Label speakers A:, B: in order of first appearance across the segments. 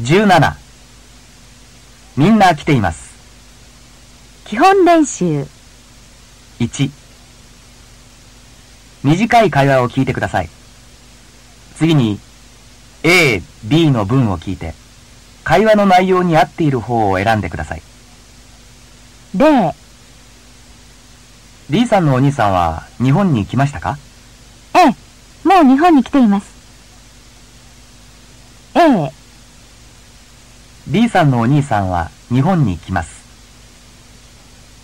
A: 17みんな来ています
B: 基本練習
A: 1短い会話を聞いてください次に A、B の文を聞いて会話の内容に合っている方を選んでください
B: 0
A: B さんのお兄さんは日本に来ましたか
B: ええもう日本に来ています A
A: B さんのお兄さんは日本に来ます。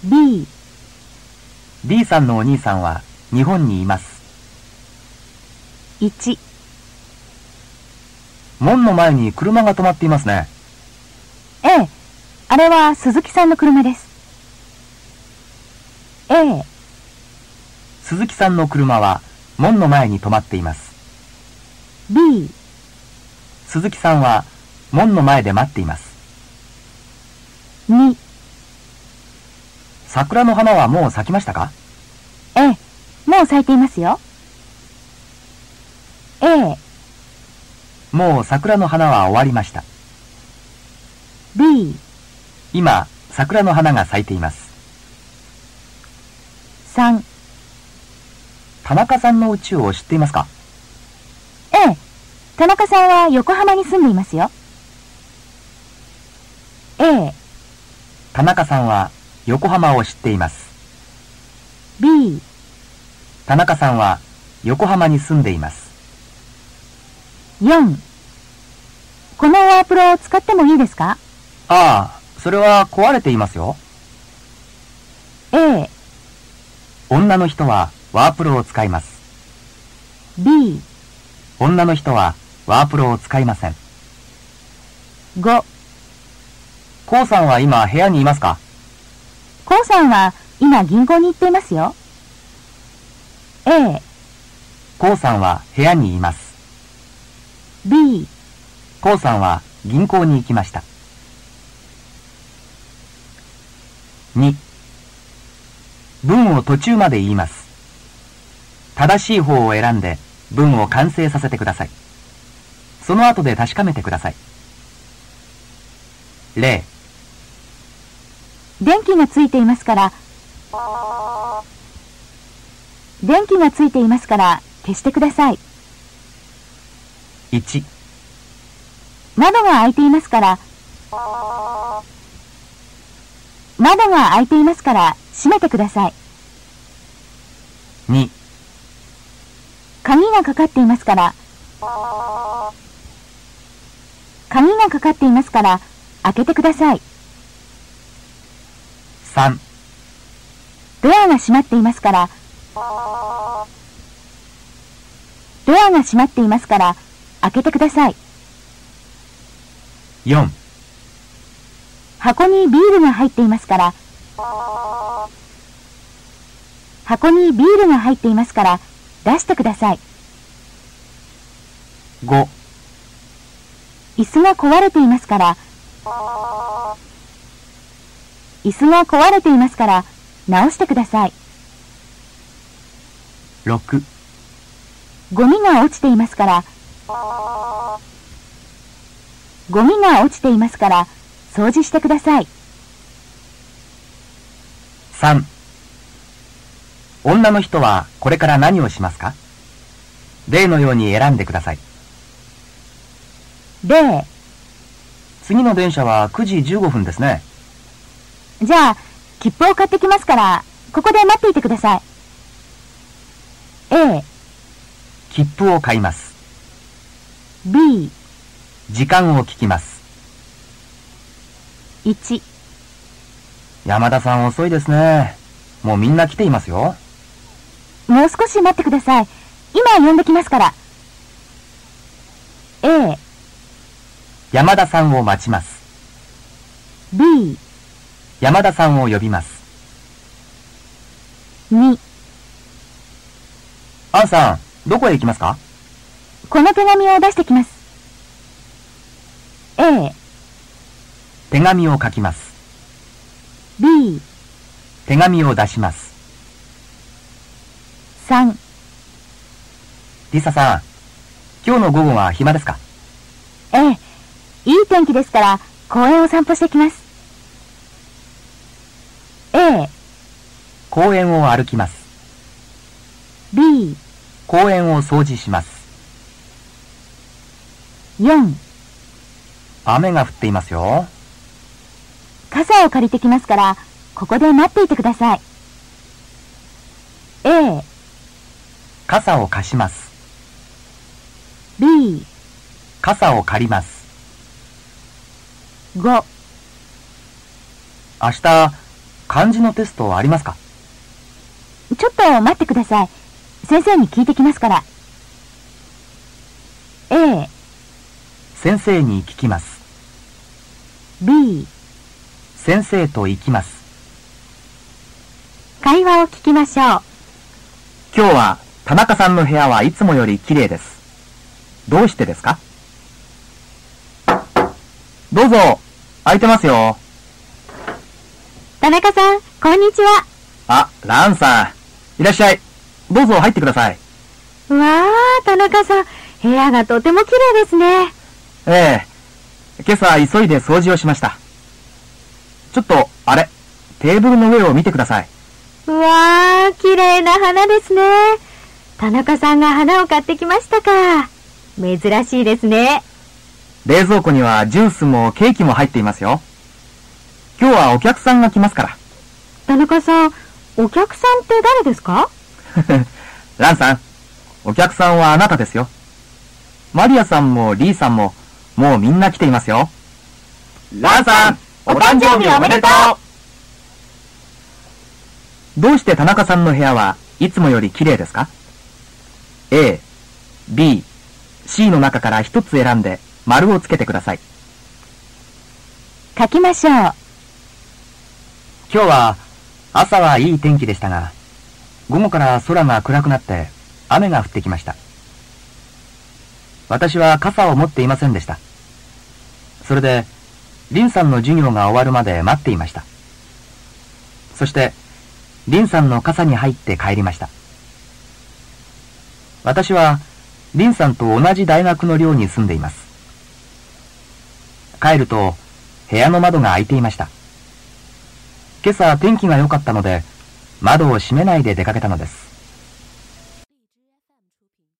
B: B
A: B さんのお兄さんは日本にいます。
B: 1
A: 門の前に車が止まっていますね。
B: A あれは鈴木さんの車です A
A: 鈴木さんの車は門の前に止まっています。
B: B
A: 鈴木さんは門の前で待っています。
B: 2
A: 桜の花はもう咲きましたか
B: A もう咲いていますよ A
A: もう桜の花は終わりました。
B: B
A: 今、桜の花が咲いています。
B: 3
A: 田中さんの家を知っていますか
B: A 田中さんは横浜に住んでいますよ A
A: 田中さんは横浜を知っています。
B: B
A: 田中さんは横浜に住んでいます。
B: 4このワープロを使ってもいいですか
A: ああ、それは壊れていますよ。
B: A、
A: 女の人はワープロを使います。
B: B、
A: 女の人はワープロを使いません。
B: 5。
A: コウさんは今部屋にいますか
B: コウさんは今銀行に行っていますよ。A、
A: コウさんは部屋にいます。
B: B、
A: コウさんは銀行に行きました。2文を途中まで言います。正しい方を選んで文を完成させてください。その後で確かめてください。0
B: 電気がついていますから、電気がついていますから消してください。
A: 1
B: 窓が開いていますから、窓が開いていますから閉めてください。
A: 2
B: 鍵がかかっていますから、鍵がかかっていますから開けてください。
A: 3
B: ドアが閉まっていますから、ドアが閉まっていますから、開けてください。
A: 4
B: 箱にビールが入っていますから、箱にビールが入っていますから、出してください。
A: 5
B: 椅子が壊れていますから、椅子が壊れていますから、直してください。
A: 6
B: ゴミが落ちていますから、ゴミが落ちていますから、掃除してください。
A: 3女の人はこれから何をしますか例のように選んでください
B: 0、
A: 次の電車は9時15分ですね
B: じゃあ、切符を買ってきますから、ここで待っていてください。A、
A: 切符を買います
B: B、
A: 時間を聞きます
B: 1、
A: 山田さん遅いですねもうみんな来ていますよ
B: もう少し待ってください。今呼んできますから。A、
A: 山田さんを待ちます
B: B、
A: 山田さんを呼びます
B: 2、
A: アンさんどこへ行きますか
B: この手紙を出してきます。A、
A: 手紙を書きます
B: B、
A: 手紙を出します
B: 3、
A: リサさん今日の午後は暇ですか
B: A、いい天気ですから公園を散歩してきます。A、
A: 公園を歩きます。
B: B、
A: 公園を掃除します。
B: 4、
A: 雨が降っていますよ。
B: 傘を借りてきますから、ここで待っていてください。A、
A: 傘を貸します。
B: B、
A: 傘を借ります。
B: 5、
A: 明日、漢字のテストありますか
B: ちょっと待ってください。先生に聞いてきますから。A、
A: 先生に聞きます。
B: B、
A: 先生と行きます。
B: 会話を聞きましょう。
A: 今日は、田中さんの部屋はいつもより綺麗です。どうしてですかどうぞ、空いてますよ。
B: 田中さん、こんにちは。
A: あ、ランさん。いらっしゃい。どうぞ入ってください。
B: うわあ、田中さん、部屋がとても綺麗ですね。
A: ええ。今朝急いで掃除をしました。ちょっと、あれ。テーブルの上を見てください。
B: うわあ、綺麗な花ですね。田中さんが花を買ってきましたか。珍しいですね。
A: 冷蔵庫にはジュースもケーキも入っていますよ。今日はお客さんが来ますから。
B: 田中さん、お客さんって誰ですか
A: ランさん、お客さんはあなたですよ。マリアさんもリーさんも、もうみんな来ていますよ。ランさん、
B: お誕生日おめでと
A: うどうして田中さんの部屋はいつもより綺麗ですか ?A、B、C の中から一つ選んで丸をつけてください。
B: 書きましょう。
A: 今日は朝はいい天気でしたが、午後から空が暗くなって雨が降ってきました。私は傘を持っていませんでした。それで、林さんの授業が終わるまで待っていました。そして、林さんの傘に入って帰りました。私は、林さんと同じ大学の寮に住んでいます。帰ると、部屋の窓が開いていました。今朝天気が良かったので、窓を閉めないで出かけたのです。